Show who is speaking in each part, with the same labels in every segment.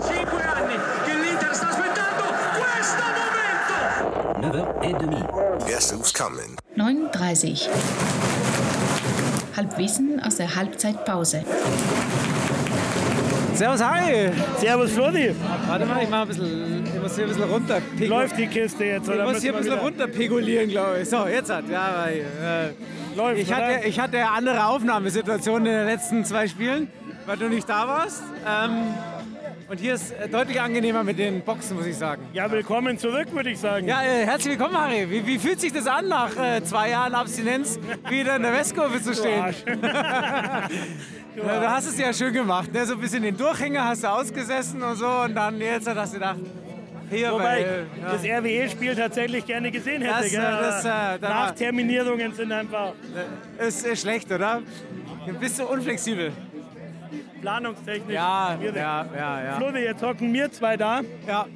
Speaker 1: Cinque anni che l'Inter sta aspettando questo momento!
Speaker 2: 9h30.
Speaker 3: Guess who's coming?
Speaker 4: 39. Halbwissen aus der Halbzeitpause.
Speaker 5: Servus, hi!
Speaker 6: Servus Flori,
Speaker 5: Warte mal, ich, mach ein bisschen, ich muss hier ein bisschen runter.
Speaker 6: läuft die Kiste jetzt?
Speaker 5: Ich
Speaker 6: Oder
Speaker 5: muss hier ein
Speaker 6: müssen
Speaker 5: bisschen
Speaker 6: wir
Speaker 5: runterpegulieren, glaube ich. So, jetzt hat. Ja, aber, äh,
Speaker 6: wieder- Läuft,
Speaker 5: ich, hatte, ich hatte eine andere Aufnahmesituationen in den letzten zwei Spielen, weil du nicht da warst. Ähm, und hier ist äh, deutlich angenehmer mit den Boxen, muss ich sagen.
Speaker 6: ja, willkommen zurück, würde ich sagen.
Speaker 5: Ja, äh, herzlich willkommen, Harry. Wie, wie fühlt sich das an, nach äh, zwei Jahren Abstinenz wieder in der Westkurve zu stehen?
Speaker 6: Arsch.
Speaker 5: Ja, du hast es ja schön gemacht, ne? so ein bisschen den Durchhänger hast du ausgesessen und so und dann jetzt hast du gedacht, hier,
Speaker 6: Wobei
Speaker 5: weil,
Speaker 6: ich
Speaker 5: ja,
Speaker 6: das RWE-Spiel tatsächlich gerne gesehen hätte.
Speaker 5: Das, äh,
Speaker 6: gell?
Speaker 5: das, äh, da-
Speaker 6: Nachterminierungen sind einfach
Speaker 5: ist, ist schlecht, oder? Ein bisschen unflexibel.
Speaker 6: planungstechnisch
Speaker 5: Ja,
Speaker 6: schwierig.
Speaker 5: ja, ja, ja.
Speaker 6: Flori, jetzt hocken wir zwei da,
Speaker 5: Ja,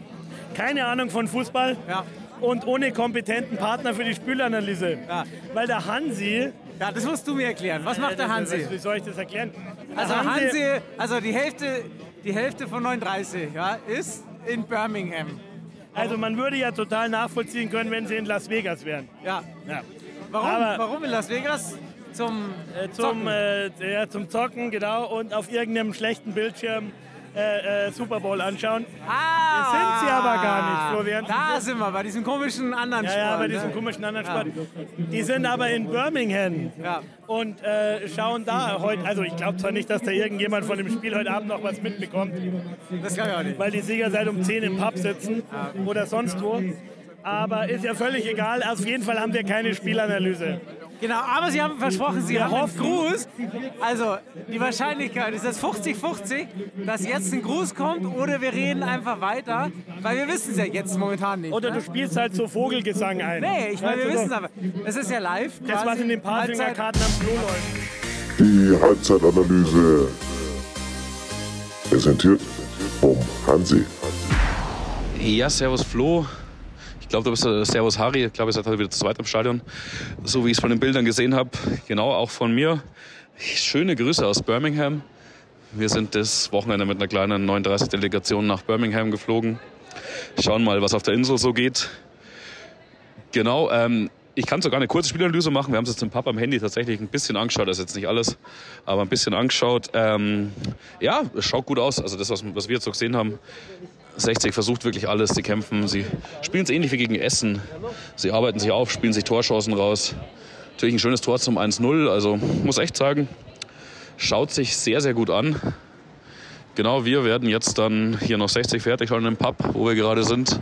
Speaker 6: keine Ahnung von Fußball
Speaker 5: ja.
Speaker 6: und ohne kompetenten Partner für die Spielanalyse.
Speaker 5: Ja.
Speaker 6: Weil der Hansi...
Speaker 5: Ja, das musst du mir erklären. Was macht der
Speaker 6: Das, wie
Speaker 5: Hansi?
Speaker 6: soll ich das erklären?
Speaker 5: Also Hansi, also die Hälfte, die Hälfte von 39 ja, ist in Birmingham.
Speaker 6: Also man würde ja total nachvollziehen können, wenn sie in Las Vegas wären.
Speaker 5: Ja.
Speaker 6: Ja.
Speaker 5: Warum,
Speaker 6: Aber-
Speaker 5: warum in Las Vegas? Zum,
Speaker 6: Äh, zum,
Speaker 5: Zocken.
Speaker 6: äh, ja, zum Zocken, genau, und auf irgendeinem schlechten Bildschirm äh, äh, Super Bowl anschauen.
Speaker 5: Ah,
Speaker 6: das sind sie aber gar nicht, Florian.
Speaker 5: Da sind wir, bei diesem komischen anderen
Speaker 6: Ja,
Speaker 5: Sport.
Speaker 6: ja, bei diesem
Speaker 5: ne?
Speaker 6: komischen anderen Sport. Die sind aber in Birmingham
Speaker 5: Ja.
Speaker 6: und äh, schauen da heute. Also, ich glaube zwar nicht, dass da irgendjemand von dem Spiel heute Abend noch was mitbekommt,
Speaker 5: Das glaube ich auch nicht.
Speaker 6: weil die Sieger seit um 10 im Pub sitzen oder sonst wo. Aber ist ja völlig egal. Auf jeden Fall haben wir keine Spielanalyse.
Speaker 5: Genau, aber Sie haben versprochen, Sie haben einen Gruß. Also die Wahrscheinlichkeit ist das 50-50, dass jetzt ein Gruß kommt oder wir reden einfach weiter, weil wir wissen es ja jetzt momentan nicht.
Speaker 6: Oder
Speaker 5: ne?
Speaker 6: du spielst halt so Vogelgesang ein.
Speaker 5: Nee, ich meine, wir
Speaker 6: Also so.
Speaker 5: wissen aber. Es ist ja live.
Speaker 6: Das,
Speaker 5: quasi.
Speaker 6: was in den
Speaker 5: Halbzeit.
Speaker 6: Parfinger-Karten am Klo läuft.
Speaker 7: Die Halbzeitanalyse präsentiert vom Hansi.
Speaker 8: Ja, servus Flo. Ich glaube, du bist äh, servus Harry. Ich glaube, ihr seid heute wieder zu zweit im Stadion. So wie ich es von den Bildern gesehen habe, genau auch von mir. Schöne Grüße aus Birmingham. Wir sind das Wochenende mit einer kleinen 39-Delegation nach Birmingham geflogen. Schauen mal, was auf der Insel so geht. Genau, ähm, ich kann sogar eine kurze Spielanalyse machen. Wir haben es jetzt im Pub am Handy tatsächlich ein bisschen angeschaut. Das ist jetzt nicht alles, aber ein bisschen angeschaut. Ähm, ja, es schaut gut aus. Also das, was, was wir jetzt so gesehen haben, 60 versucht wirklich alles, sie kämpfen, sie spielen es ähnlich wie gegen Essen. Sie arbeiten sich auf, spielen sich Torchancen raus. Natürlich ein schönes Tor zum 1-0, also muss echt sagen, schaut sich sehr, sehr gut an. Genau, wir werden jetzt dann hier noch 60 fertig schauen im Pub, wo wir gerade sind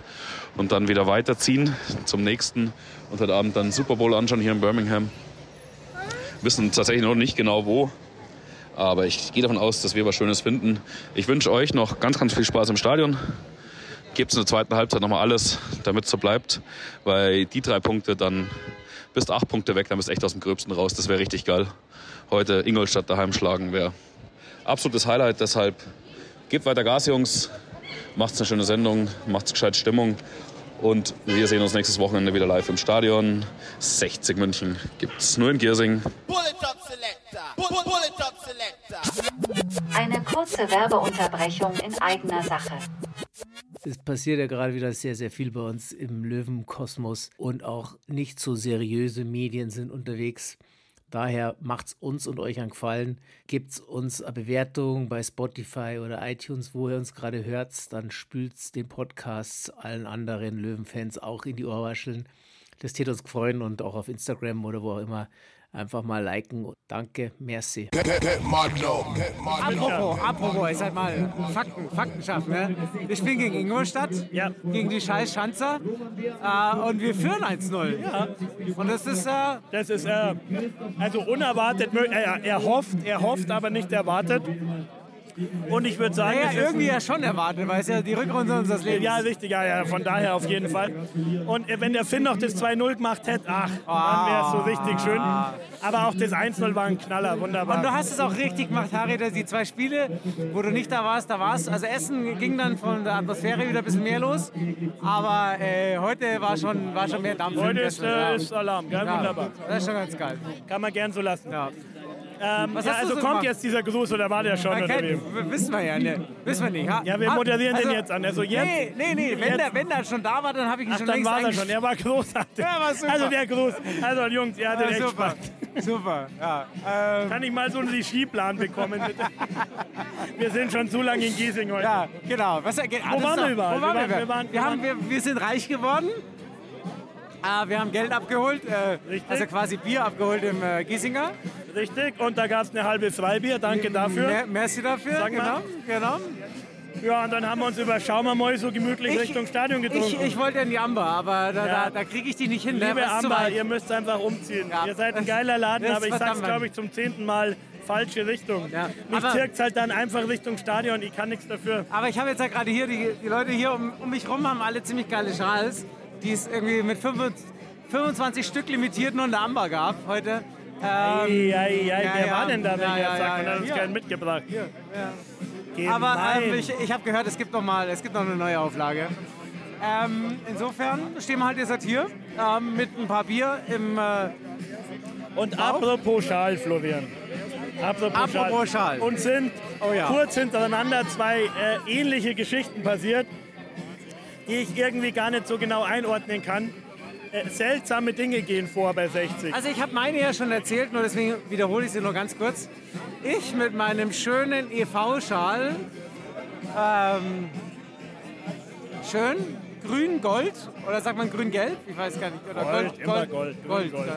Speaker 8: und dann wieder weiterziehen zum nächsten und heute Abend dann Super Bowl anschauen hier in Birmingham. Wissen tatsächlich noch nicht genau wo, aber ich gehe davon aus, dass wir was Schönes finden. Ich wünsche euch noch ganz, ganz viel Spaß im Stadion. Gebt in der zweiten Halbzeit nochmal alles, damit es so bleibt. Weil die drei Punkte, dann bist acht Punkte weg, dann bist echt aus dem Gröbsten raus. Das wäre richtig geil. Heute Ingolstadt daheim schlagen wäre absolutes Highlight. Deshalb gebt weiter Gas, Jungs. Macht's eine schöne Sendung, macht's gescheit Stimmung. Und wir sehen uns nächstes Wochenende wieder live im Stadion. 60 München gibt's nur in Giersing.
Speaker 9: Eine kurze Werbeunterbrechung in eigener Sache.
Speaker 10: Es passiert ja gerade wieder sehr, sehr viel bei uns im Löwenkosmos und auch nicht so seriöse Medien sind unterwegs. Daher macht's uns und euch einen Gefallen. Gebt's uns eine Bewertung bei Spotify oder iTunes, wo ihr uns gerade hört, dann spült's den Podcast allen anderen Löwenfans auch in die Ohrwascheln. Das tät uns freuen und auch auf Instagram oder wo auch immer einfach mal liken. Danke, merci.
Speaker 5: Apropos, apropos, jetzt halt mal Fakten, Fakten schaffen. Ne? Wir spielen gegen Ingolstadt,
Speaker 6: Ja.
Speaker 5: gegen die scheiß Schanzer äh, und wir führen 1-0. Ja. Und das ist, äh,
Speaker 6: Das ist äh, also unerwartet, mö- äh, erhofft, erhofft, aber nicht erwartet. Und ich würde sagen,
Speaker 5: Naja,
Speaker 6: es ist
Speaker 5: irgendwie ja schon erwartet, weil es ja die Rückrunde unseres Lebens.
Speaker 6: Ja, richtig, ja, ja, von daher auf jeden Fall. Und wenn der Finn noch das 2-0 gemacht hätte, ach, dann wäre es so richtig schön. Aber auch das 1-0 war ein Knaller, wunderbar.
Speaker 5: Und du hast es auch richtig gemacht, Harry, dass die zwei Spiele, wo du nicht da warst, da warst. Also Essen ging dann von der Atmosphäre wieder ein bisschen mehr los. Aber äh, heute war schon, war schon mehr Dampf. im
Speaker 6: Heute ist,
Speaker 5: Kessel, ja.
Speaker 6: äh, ist Alarm, gell?
Speaker 5: Ja,
Speaker 6: wunderbar.
Speaker 5: Das ist schon ganz geil.
Speaker 6: Kann man gern so lassen.
Speaker 5: Ja.
Speaker 6: Ähm,
Speaker 5: Was
Speaker 6: ja,
Speaker 5: hast du
Speaker 6: also
Speaker 5: so
Speaker 6: kommt
Speaker 5: gemacht?
Speaker 6: jetzt dieser Gruß oder war der schon?
Speaker 5: Man
Speaker 6: Oder
Speaker 5: kennt,
Speaker 6: wie?
Speaker 5: w- wissen wir ja, ne? Wissen wir nicht. Ha?
Speaker 6: Ja, wir
Speaker 5: Ah,
Speaker 6: moderieren den jetzt an. Also jetzt-
Speaker 5: nee, nee, nee. Wenn,
Speaker 6: jetzt-
Speaker 5: der, wenn der schon da war, dann habe ich ihn
Speaker 6: Ach,
Speaker 5: schon
Speaker 6: dann
Speaker 5: längst
Speaker 6: war er
Speaker 5: eingesch-
Speaker 6: schon. Er war großartig.
Speaker 5: Ja, war super.
Speaker 6: Also der Gruß. Also Jungs, ihr hattet
Speaker 5: Ah,
Speaker 6: echt
Speaker 5: super.
Speaker 6: Spaß.
Speaker 5: Super, ja. Ähm,
Speaker 6: Kann ich mal so einen Regieplan bekommen, bitte? Wir sind schon zu lange in Giesing heute.
Speaker 5: ja, genau. Was, ah, das
Speaker 6: waren
Speaker 5: ist doch-
Speaker 6: wir überhaupt?
Speaker 5: Wo waren wir?
Speaker 6: Wir waren- wir waren-
Speaker 5: wir, haben, wir, wir sind reich geworden. Ah, wir haben Geld abgeholt. Äh,
Speaker 6: Richtig.
Speaker 5: also quasi Bier abgeholt im äh, Giesinger.
Speaker 6: Richtig, und da gab es eine halbe Freibier, danke dafür.
Speaker 5: Mer- merci dafür.
Speaker 6: Sag
Speaker 5: genau,
Speaker 6: mal.
Speaker 5: genau.
Speaker 6: Ja, und dann haben wir uns über Schaumermäu so gemütlich Richtung Stadion getrunken.
Speaker 5: Ich, ich wollte in die Amber, aber da, da,
Speaker 6: Ja.
Speaker 5: da kriege ich die nicht hin. ne?
Speaker 6: Liebe
Speaker 5: Was zu
Speaker 6: Amber,
Speaker 5: weit.
Speaker 6: ihr müsst einfach umziehen.
Speaker 5: Ja.
Speaker 6: Ihr seid ein
Speaker 5: Das-
Speaker 6: geiler Laden,
Speaker 5: das ist
Speaker 6: aber ich
Speaker 5: verdammt
Speaker 6: sag's,
Speaker 5: lang.
Speaker 6: glaube ich, zum zehnten Mal falsche Richtung.
Speaker 5: Ja.
Speaker 6: Mich
Speaker 5: Aber-
Speaker 6: zirkt halt dann einfach Richtung Stadion, ich kann nichts dafür.
Speaker 5: Aber ich habe jetzt ja gerade hier, die, die Leute hier um, um mich rum haben alle ziemlich geile Schals, die es irgendwie mit 25, 25 Stück limitierten und der Amber gab heute. Ähm,
Speaker 6: Ei, ei, ei,
Speaker 5: ja,
Speaker 6: wer
Speaker 5: ja.
Speaker 6: war denn da, wenn
Speaker 5: Ja,
Speaker 6: ihr
Speaker 5: ja,
Speaker 6: sagt,
Speaker 5: ja,
Speaker 6: und hat uns
Speaker 5: ja.
Speaker 6: keinen mitgebracht?
Speaker 5: aber
Speaker 6: Gemein.
Speaker 5: ähm, ich, ich habe gehört, es gibt, noch mal, es gibt noch eine neue Auflage. Ähm, insofern stehen wir halt jetzt halt hier ähm, mit ein paar Bier im äh,
Speaker 6: Und apropos Schal, Florian. Apropos,
Speaker 5: Apropos Schal.
Speaker 6: Uns sind
Speaker 5: Oh ja.
Speaker 6: kurz hintereinander zwei äh, ähnliche Geschichten passiert, die ich irgendwie gar nicht so genau einordnen kann. Äh, seltsame Dinge gehen vor bei 60.
Speaker 5: Also ich habe meine ja schon erzählt, nur deswegen wiederhole ich sie nur ganz kurz. Ich mit meinem schönen EV-Schal, ähm, schön, grün, gold, oder sagt man grün-gelb? Ich weiß gar nicht. Oder
Speaker 6: Gold,
Speaker 5: gold,
Speaker 6: immer Gold, grün, Gold.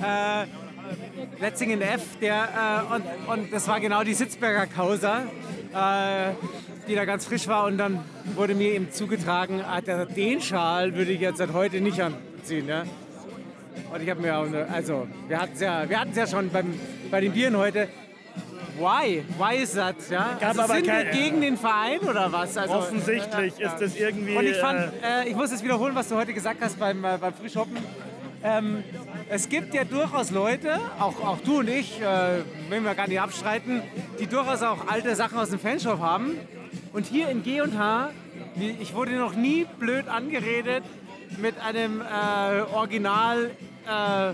Speaker 5: ja. Äh, Letzingen F, der, äh, und, und das war genau die Sitzberger Causa, äh, die da ganz frisch war und dann wurde mir eben zugetragen, ah, der- den Schal würde ich jetzt seit heute nicht anziehen. Ja? Und ich habe mir auch, eine- also wir hatten es ja, wir hatten's ja schon beim, bei den Bieren heute. Why? Why is that? Ja?
Speaker 6: Gab
Speaker 5: also
Speaker 6: aber
Speaker 5: sind wir
Speaker 6: kein-
Speaker 5: gegen den Verein oder was? Also,
Speaker 6: Offensichtlich
Speaker 5: ja, ja.
Speaker 6: ist das irgendwie.
Speaker 5: Und ich fand,
Speaker 6: äh,
Speaker 5: äh, ich muss es wiederholen, was du heute gesagt hast beim, äh, beim Frühschoppen. Ähm, es gibt ja durchaus Leute, auch, auch du und ich, äh, will wir gar nicht abstreiten, die durchaus auch alte Sachen aus dem Fanshop haben. Und hier in G&H, wie- ich wurde noch nie blöd angeredet mit einem äh, original äh,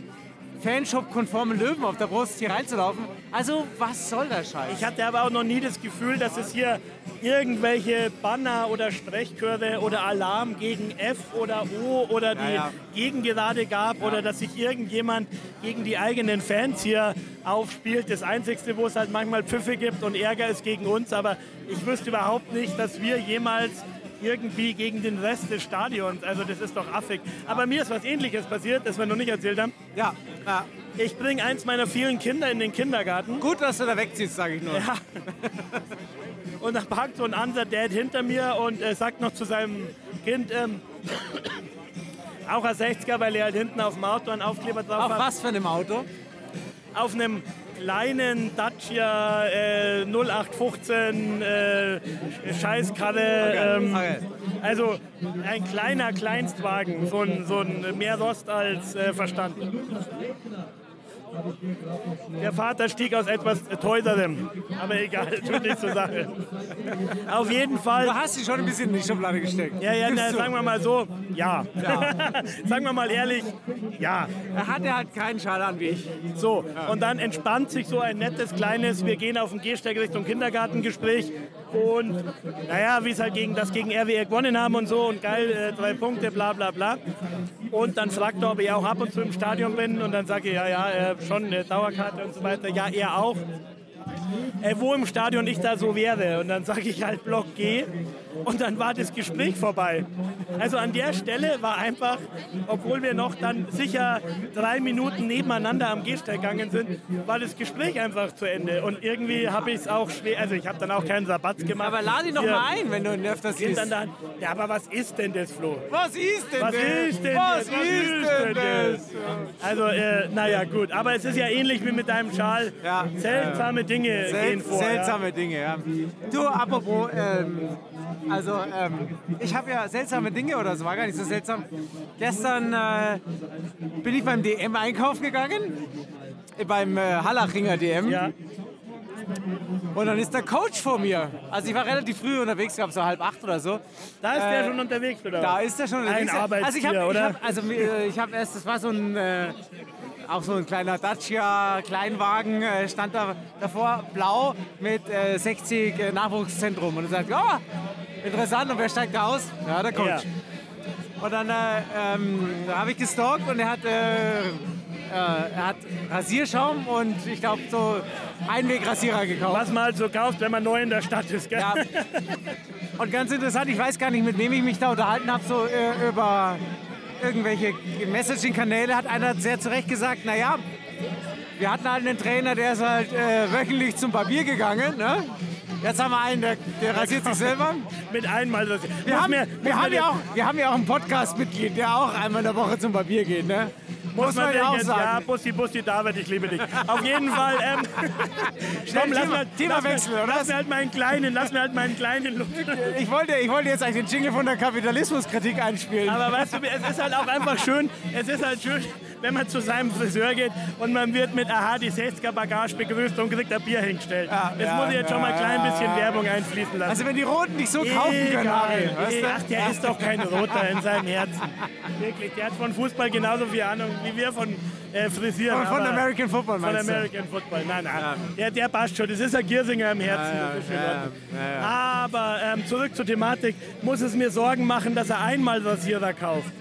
Speaker 5: Fanshop-konformen Löwen auf der Brust hier reinzulaufen. Also was soll der Scheiß?
Speaker 6: Ich hatte aber auch noch nie das Gefühl, dass es hier irgendwelche Banner oder Sprechchöre oder Alarm gegen F oder O oder die
Speaker 5: ja.
Speaker 6: Gegengerade gab oder dass sich irgendjemand gegen die eigenen Fans hier aufspielt. Das Einzige, wo es halt manchmal Pfiffe gibt und Ärger ist gegen uns, aber ich wüsste überhaupt nicht, dass wir jemals irgendwie gegen den Rest des Stadions, also das ist doch affig. Aber mir ist was Ähnliches passiert, das wir noch nicht erzählt haben.
Speaker 5: ja, ja,
Speaker 6: Ich bringe eins meiner vielen Kinder in den Kindergarten
Speaker 5: gut, dass du da wegziehst, sage ich nur.
Speaker 6: Und dann parkt so ein anderer Dad hinter mir und äh, sagt noch zu seinem Kind, ähm, auch ein 60er, weil er halt hinten auf dem Auto einen Aufkleber drauf
Speaker 5: Auf
Speaker 6: hat,
Speaker 5: was für einem Auto?
Speaker 6: auf einem kleinen Dacia äh, 0815 äh, Scheißkarre. Ähm,
Speaker 5: okay.
Speaker 6: Also ein kleiner Kleinstwagen, so ein, so ein mehr Rost als äh, Verstand. Der Vater stieg aus etwas teurerem, aber egal, tut nichts zur Sache. Auf jeden Fall
Speaker 5: Du hast dich schon ein bisschen in die Schublade gesteckt.
Speaker 6: ja, ja,
Speaker 5: Gibst
Speaker 6: na,
Speaker 5: du.
Speaker 6: sagen wir mal so, ja.
Speaker 5: Ja.
Speaker 6: sagen wir mal ehrlich, ja.
Speaker 5: Er hat er halt keinen Schal an wie ich.
Speaker 6: So, und dann entspannt sich so ein nettes, kleines, wir gehen auf den Gehsteig Richtung Kindergartengespräch und naja, wie es halt gegen das gegen RWE gewonnen haben und so und geil, äh, drei Punkte, bla bla bla. Und dann fragt er, ob ich auch ab und zu im Stadion bin und dann sage ich, ja, ja, äh, schon äh, Dauerkarte und so weiter, ja, er auch. Äh, wo im Stadion ich da so wäre und dann sage ich halt Block G und dann war das Gespräch vorbei. Also an der Stelle war einfach, obwohl wir noch dann sicher drei Minuten nebeneinander am Gehsteig gegangen sind, war das Gespräch einfach zu Ende. Und irgendwie habe ich es auch schwer, also ich habe dann auch keinen Sabbat gemacht.
Speaker 5: Aber lade ihn doch
Speaker 6: Hier,
Speaker 5: mal ein, wenn du ihn öfters
Speaker 6: geht
Speaker 5: siehst.
Speaker 6: Dann dahin. Ja, aber was ist denn das, Flo?
Speaker 5: Was ist denn
Speaker 6: Was
Speaker 5: das?
Speaker 6: ist denn
Speaker 5: Was
Speaker 6: das?
Speaker 5: ist denn das?
Speaker 6: Also, äh, naja, gut. Aber es ist ja ähnlich wie mit deinem Schal.
Speaker 5: Ja.
Speaker 6: Seltsame Dinge Dinge gehen
Speaker 5: Sel
Speaker 6: vor. Ja.
Speaker 5: seltsame Dinge, ja. Du, apropos, ähm, also ähm, ich habe ja seltsame Dinge oder es war gar nicht so seltsam. Gestern äh, bin ich beim DM einkaufen gegangen, äh, beim äh, Hallachinger DM.
Speaker 6: Ja.
Speaker 5: Und dann ist der Coach vor mir. Also ich war relativ früh unterwegs, ich glaube so halb acht oder so. Äh,
Speaker 6: Da ist der schon unterwegs, oder?
Speaker 5: Da ist er schon.
Speaker 6: Ein
Speaker 5: unterwegs. also ich
Speaker 6: Arbeitstier,
Speaker 5: hab,
Speaker 6: oder?
Speaker 5: Ich hab, also äh, ich habe erst, das war so ein, äh, auch so ein kleiner Dacia Kleinwagen, äh, stand da davor blau mit äh, 60 äh, Nachwuchszentrum und dann sagt, ja, interessant. Und wer steigt da aus? Ja, der Coach.
Speaker 6: Ja.
Speaker 5: Und dann äh, ähm, habe ich gestalkt und er hat, äh, äh, er hat Rasierschaum und ich glaube so Einwegrasierer gekauft.
Speaker 6: Was man halt so kauft, wenn man neu in der Stadt ist. Gell?
Speaker 5: Ja. Und ganz interessant, ich weiß gar nicht, mit wem ich mich da unterhalten habe, so äh, über irgendwelche Messaging-Kanäle, hat einer sehr zu Recht gesagt, naja, wir hatten halt einen Trainer, der ist halt äh, wöchentlich zum Barbier gegangen, ne? Jetzt haben wir einen, der, der rasiert sich selber.
Speaker 6: Mit einmal. Das
Speaker 5: Wir haben, wir, haben ja auch, wir haben ja auch einen Podcast-Mitglied, der auch einmal in der Woche zum Barbier geht, ne? Muss, man ja auch
Speaker 6: Ja,
Speaker 5: sagen.
Speaker 6: Bussi, Bussi, David, ich liebe dich. Auf jeden Fall. Ähm,
Speaker 5: Schnell
Speaker 6: komm, lass
Speaker 5: Thema-
Speaker 6: mal,
Speaker 5: Themawechsel,
Speaker 6: lass,
Speaker 5: oder?
Speaker 6: mir- Lass mir halt meinen kleinen, lass mir halt meinen kleinen Luft.
Speaker 5: Ich wollte, ich wollte jetzt eigentlich den Jingle von der Kapitalismuskritik einspielen.
Speaker 6: Aber weißt du, es ist halt auch einfach schön, es ist halt schön, wenn man zu seinem Friseur geht und man wird mit Aha, die 60er Bagage begrüßt und kriegt ein Bier hingestellt.
Speaker 5: Ja,
Speaker 6: Jetzt
Speaker 5: Ah, ja,
Speaker 6: muss ich jetzt schon mal ein klein bisschen Werbung einfließen lassen.
Speaker 5: also wenn die Roten dich so kaufen können, Harry, weißt du?
Speaker 6: Ach, der ist doch kein Roter in seinem Herzen. Wirklich, der hat von Fußball genauso viel Ahnung wie wir von äh, Frisieren.
Speaker 5: Von- von
Speaker 6: aber-
Speaker 5: American Football,
Speaker 6: Von
Speaker 5: meinst du?
Speaker 6: American Football, nein, nein. Der, der passt schon, das ist ein Giersinger im Herzen. das ist schon in Ordnung. Aber ähm, zurück zur Thematik. Muss es mir Sorgen machen, dass er einmal Rasierer kauft?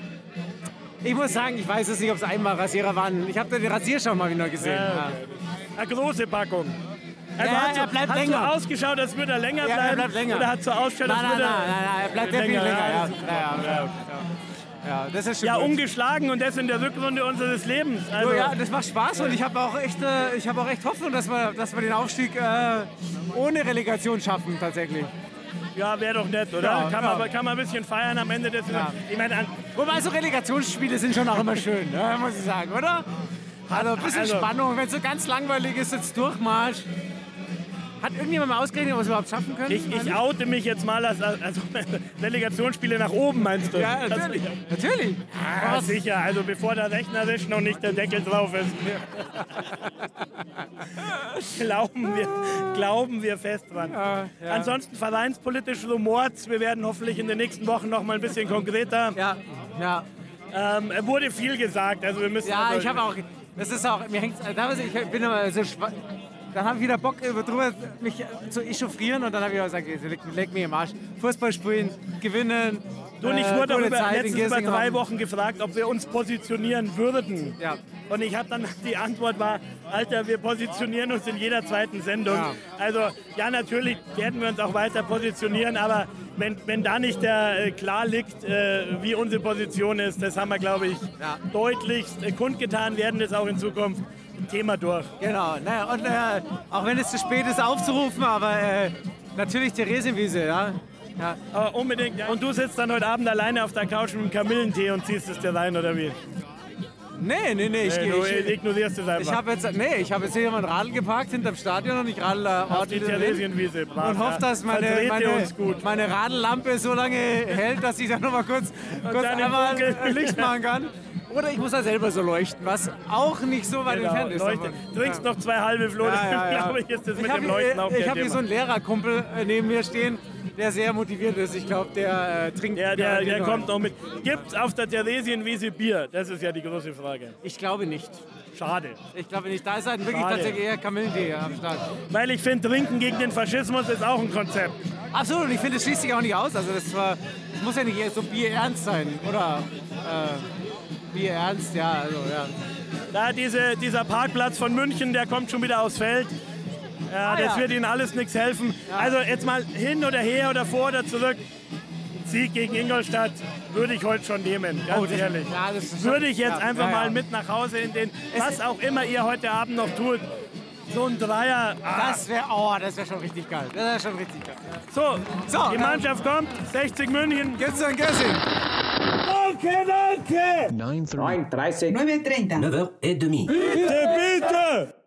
Speaker 5: Ich muss sagen, ich weiß es nicht, ob es einmal Rasierer waren. Ich habe da den Rasierschaum mal wieder gesehen.
Speaker 6: Ja, Eine große Packung. Also
Speaker 5: Ja,
Speaker 6: hat so,
Speaker 5: er bleibt
Speaker 6: hat
Speaker 5: länger.
Speaker 6: so ausgeschaut, als würde er länger
Speaker 5: Ja, er
Speaker 6: bleiben.
Speaker 5: bleibt länger.
Speaker 6: Oder hat so ausgeschaut,
Speaker 5: Nein,
Speaker 6: als
Speaker 5: nein, nein,
Speaker 6: würde er...
Speaker 5: nein, nein, er bleibt der viel
Speaker 6: Länger,
Speaker 5: länger.
Speaker 6: ja,
Speaker 5: Ja,
Speaker 6: ist
Speaker 5: ja, ja, ja. ja, das ist schon
Speaker 6: Ja,
Speaker 5: gut.
Speaker 6: ungeschlagen und das in der Rückrunde unseres Lebens. Also,
Speaker 5: So, ja, das macht Spaß und ich habe auch, echt, äh, ich hab auch echt Hoffnung, dass wir, dass wir den Aufstieg äh, ohne Relegation schaffen, tatsächlich.
Speaker 6: Ja, wäre doch nett, oder?
Speaker 5: Ja,
Speaker 6: kann,
Speaker 5: ja.
Speaker 6: Man, kann man ein bisschen feiern am Ende des
Speaker 5: Ja.
Speaker 6: Ich meine, an-
Speaker 5: Wobei, so Relegationsspiele sind schon auch immer schön, ne, muss ich sagen, oder? Also ein bisschen
Speaker 6: also-
Speaker 5: Spannung, wenn es so ganz langweilig ist, jetzt Durchmarsch. Hat irgendjemand mal ausgerechnet, ob wir es überhaupt schaffen können?
Speaker 6: ich, ich oute mich jetzt mal als, als Delegationsspiele nach oben, meinst du?
Speaker 5: Ja, natürlich.
Speaker 6: Also,
Speaker 5: Natürlich.
Speaker 6: ja, sicher, also bevor der rechnerisch noch nicht der Deckel drauf ist. glauben, wir, glauben wir fest dran. Ansonsten vereinspolitisch rumort. Wir werden hoffentlich in den nächsten Wochen noch mal ein bisschen konkreter.
Speaker 5: Ja, ja.
Speaker 6: Ähm, es wurde viel gesagt, also wir müssen...
Speaker 5: Ja,
Speaker 6: also-
Speaker 5: ich habe auch. Das ist auch. Mir hängt's. Damals, ich bin immer so schwa- Dann habe ich wieder Bock, über- drüber mich zu echauffieren und dann habe ich auch gesagt, jetzt leck, leck mich im Arsch. Fußball spielen, gewinnen.
Speaker 6: Du und ich
Speaker 5: äh,
Speaker 6: wurde auch
Speaker 5: gute
Speaker 6: über,
Speaker 5: Zeit in
Speaker 6: letztens über
Speaker 5: Giesing
Speaker 6: drei
Speaker 5: haben.
Speaker 6: Wochen gefragt, ob wir uns positionieren würden.
Speaker 5: Ja.
Speaker 6: Und ich habe dann die Antwort war, Alter, wir positionieren uns in jeder zweiten Sendung.
Speaker 5: Ja.
Speaker 6: Also ja, natürlich werden wir uns auch weiter positionieren, aber wenn, wenn da nicht der, äh, klar liegt, äh, wie unsere Position ist, das haben wir, glaube ich,
Speaker 5: Ja.
Speaker 6: deutlichst äh, kundgetan, werden das auch in Zukunft Thema durch.
Speaker 5: Genau. Naja, und äh, auch wenn es zu spät ist, aufzurufen, aber äh, natürlich Theresienwiese, ja. ja.
Speaker 6: Aber unbedingt. Ja. Und du sitzt dann heute Abend alleine auf der Couch mit dem Kamillentee und ziehst es dir rein, oder wie?
Speaker 5: Nee, nee, nee. Ich,
Speaker 6: Äh, du
Speaker 5: ich, ich,
Speaker 6: ignorierst es einfach.
Speaker 5: ich habe jetzt, nee, ich hab jetzt hier mein Radl geparkt hinterm Stadion und ich radel äh,
Speaker 6: auf die
Speaker 5: ordentlich hin.
Speaker 6: Theresienwiese. brav,
Speaker 5: und hoffe,
Speaker 6: ja.
Speaker 5: dass äh, meine,
Speaker 6: Verdreht ihr
Speaker 5: meine,
Speaker 6: uns gut.
Speaker 5: meine Radlampe so lange hält, dass ich dann noch mal kurz, kurz
Speaker 6: dann im
Speaker 5: einmal
Speaker 6: Dunkeln.
Speaker 5: ein Licht machen kann. Oder ich muss da selber so leuchten, was auch nicht so weit
Speaker 6: Genau,
Speaker 5: entfernt ist.
Speaker 6: Leuchte.
Speaker 5: davon.
Speaker 6: Trinkst noch zwei halbe Floden,
Speaker 5: Ja, ja, ja.
Speaker 6: glaube ich, ist das
Speaker 5: Ich
Speaker 6: mit
Speaker 5: hab
Speaker 6: dem
Speaker 5: hier- äh,
Speaker 6: Leuchten auch
Speaker 5: Ich
Speaker 6: kein
Speaker 5: habe hier
Speaker 6: Thema.
Speaker 5: so einen Lehrerkumpel äh, neben mir stehen, der sehr motiviert ist. Ich glaube, der äh, trinkt.
Speaker 6: ja, der,
Speaker 5: garantiert
Speaker 6: der
Speaker 5: noch
Speaker 6: kommt
Speaker 5: einen.
Speaker 6: noch mit. Gibt's auf der Theresienwiese Bier? Das ist ja die große Frage.
Speaker 5: Ich glaube nicht.
Speaker 6: Schade.
Speaker 5: Ich glaube nicht. Da ist halt wirklich
Speaker 6: Schade.
Speaker 5: tatsächlich eher Kamillentee am Start.
Speaker 6: Weil ich finde, Trinken gegen den Faschismus ist auch ein Konzept.
Speaker 5: Absolut, und ich finde, es schließt sich auch nicht aus. Also das, war, das muss ja nicht eher so Bier ernst sein, oder? Äh, Bier ernst, ja, also ja.
Speaker 6: Da diese, dieser Parkplatz von München, der kommt schon wieder aufs Feld. Ja,
Speaker 5: Ah,
Speaker 6: das
Speaker 5: ja.
Speaker 6: wird ihnen alles nichts helfen. Also jetzt mal hin oder her oder vor oder zurück. Sieg gegen Ingolstadt würde ich heute schon nehmen, ganz
Speaker 5: Oh, das-
Speaker 6: ehrlich.
Speaker 5: ja, das ist-
Speaker 6: würde ich jetzt
Speaker 5: ja,
Speaker 6: einfach
Speaker 5: ja, ja.
Speaker 6: mal mit nach Hause in den,
Speaker 5: Es-
Speaker 6: was auch immer ihr heute Abend noch tut. So ein Dreier. Ah.
Speaker 5: Das wäre, oh, das wäre schon richtig geil. Das wäre schon richtig geil.
Speaker 6: So,
Speaker 5: So,
Speaker 6: die
Speaker 5: dann-
Speaker 6: Mannschaft kommt, 60 München.
Speaker 5: Gibt's ein Gössing?
Speaker 6: Danke, danke!
Speaker 2: Neuf et demi.
Speaker 6: Bitte, bitte!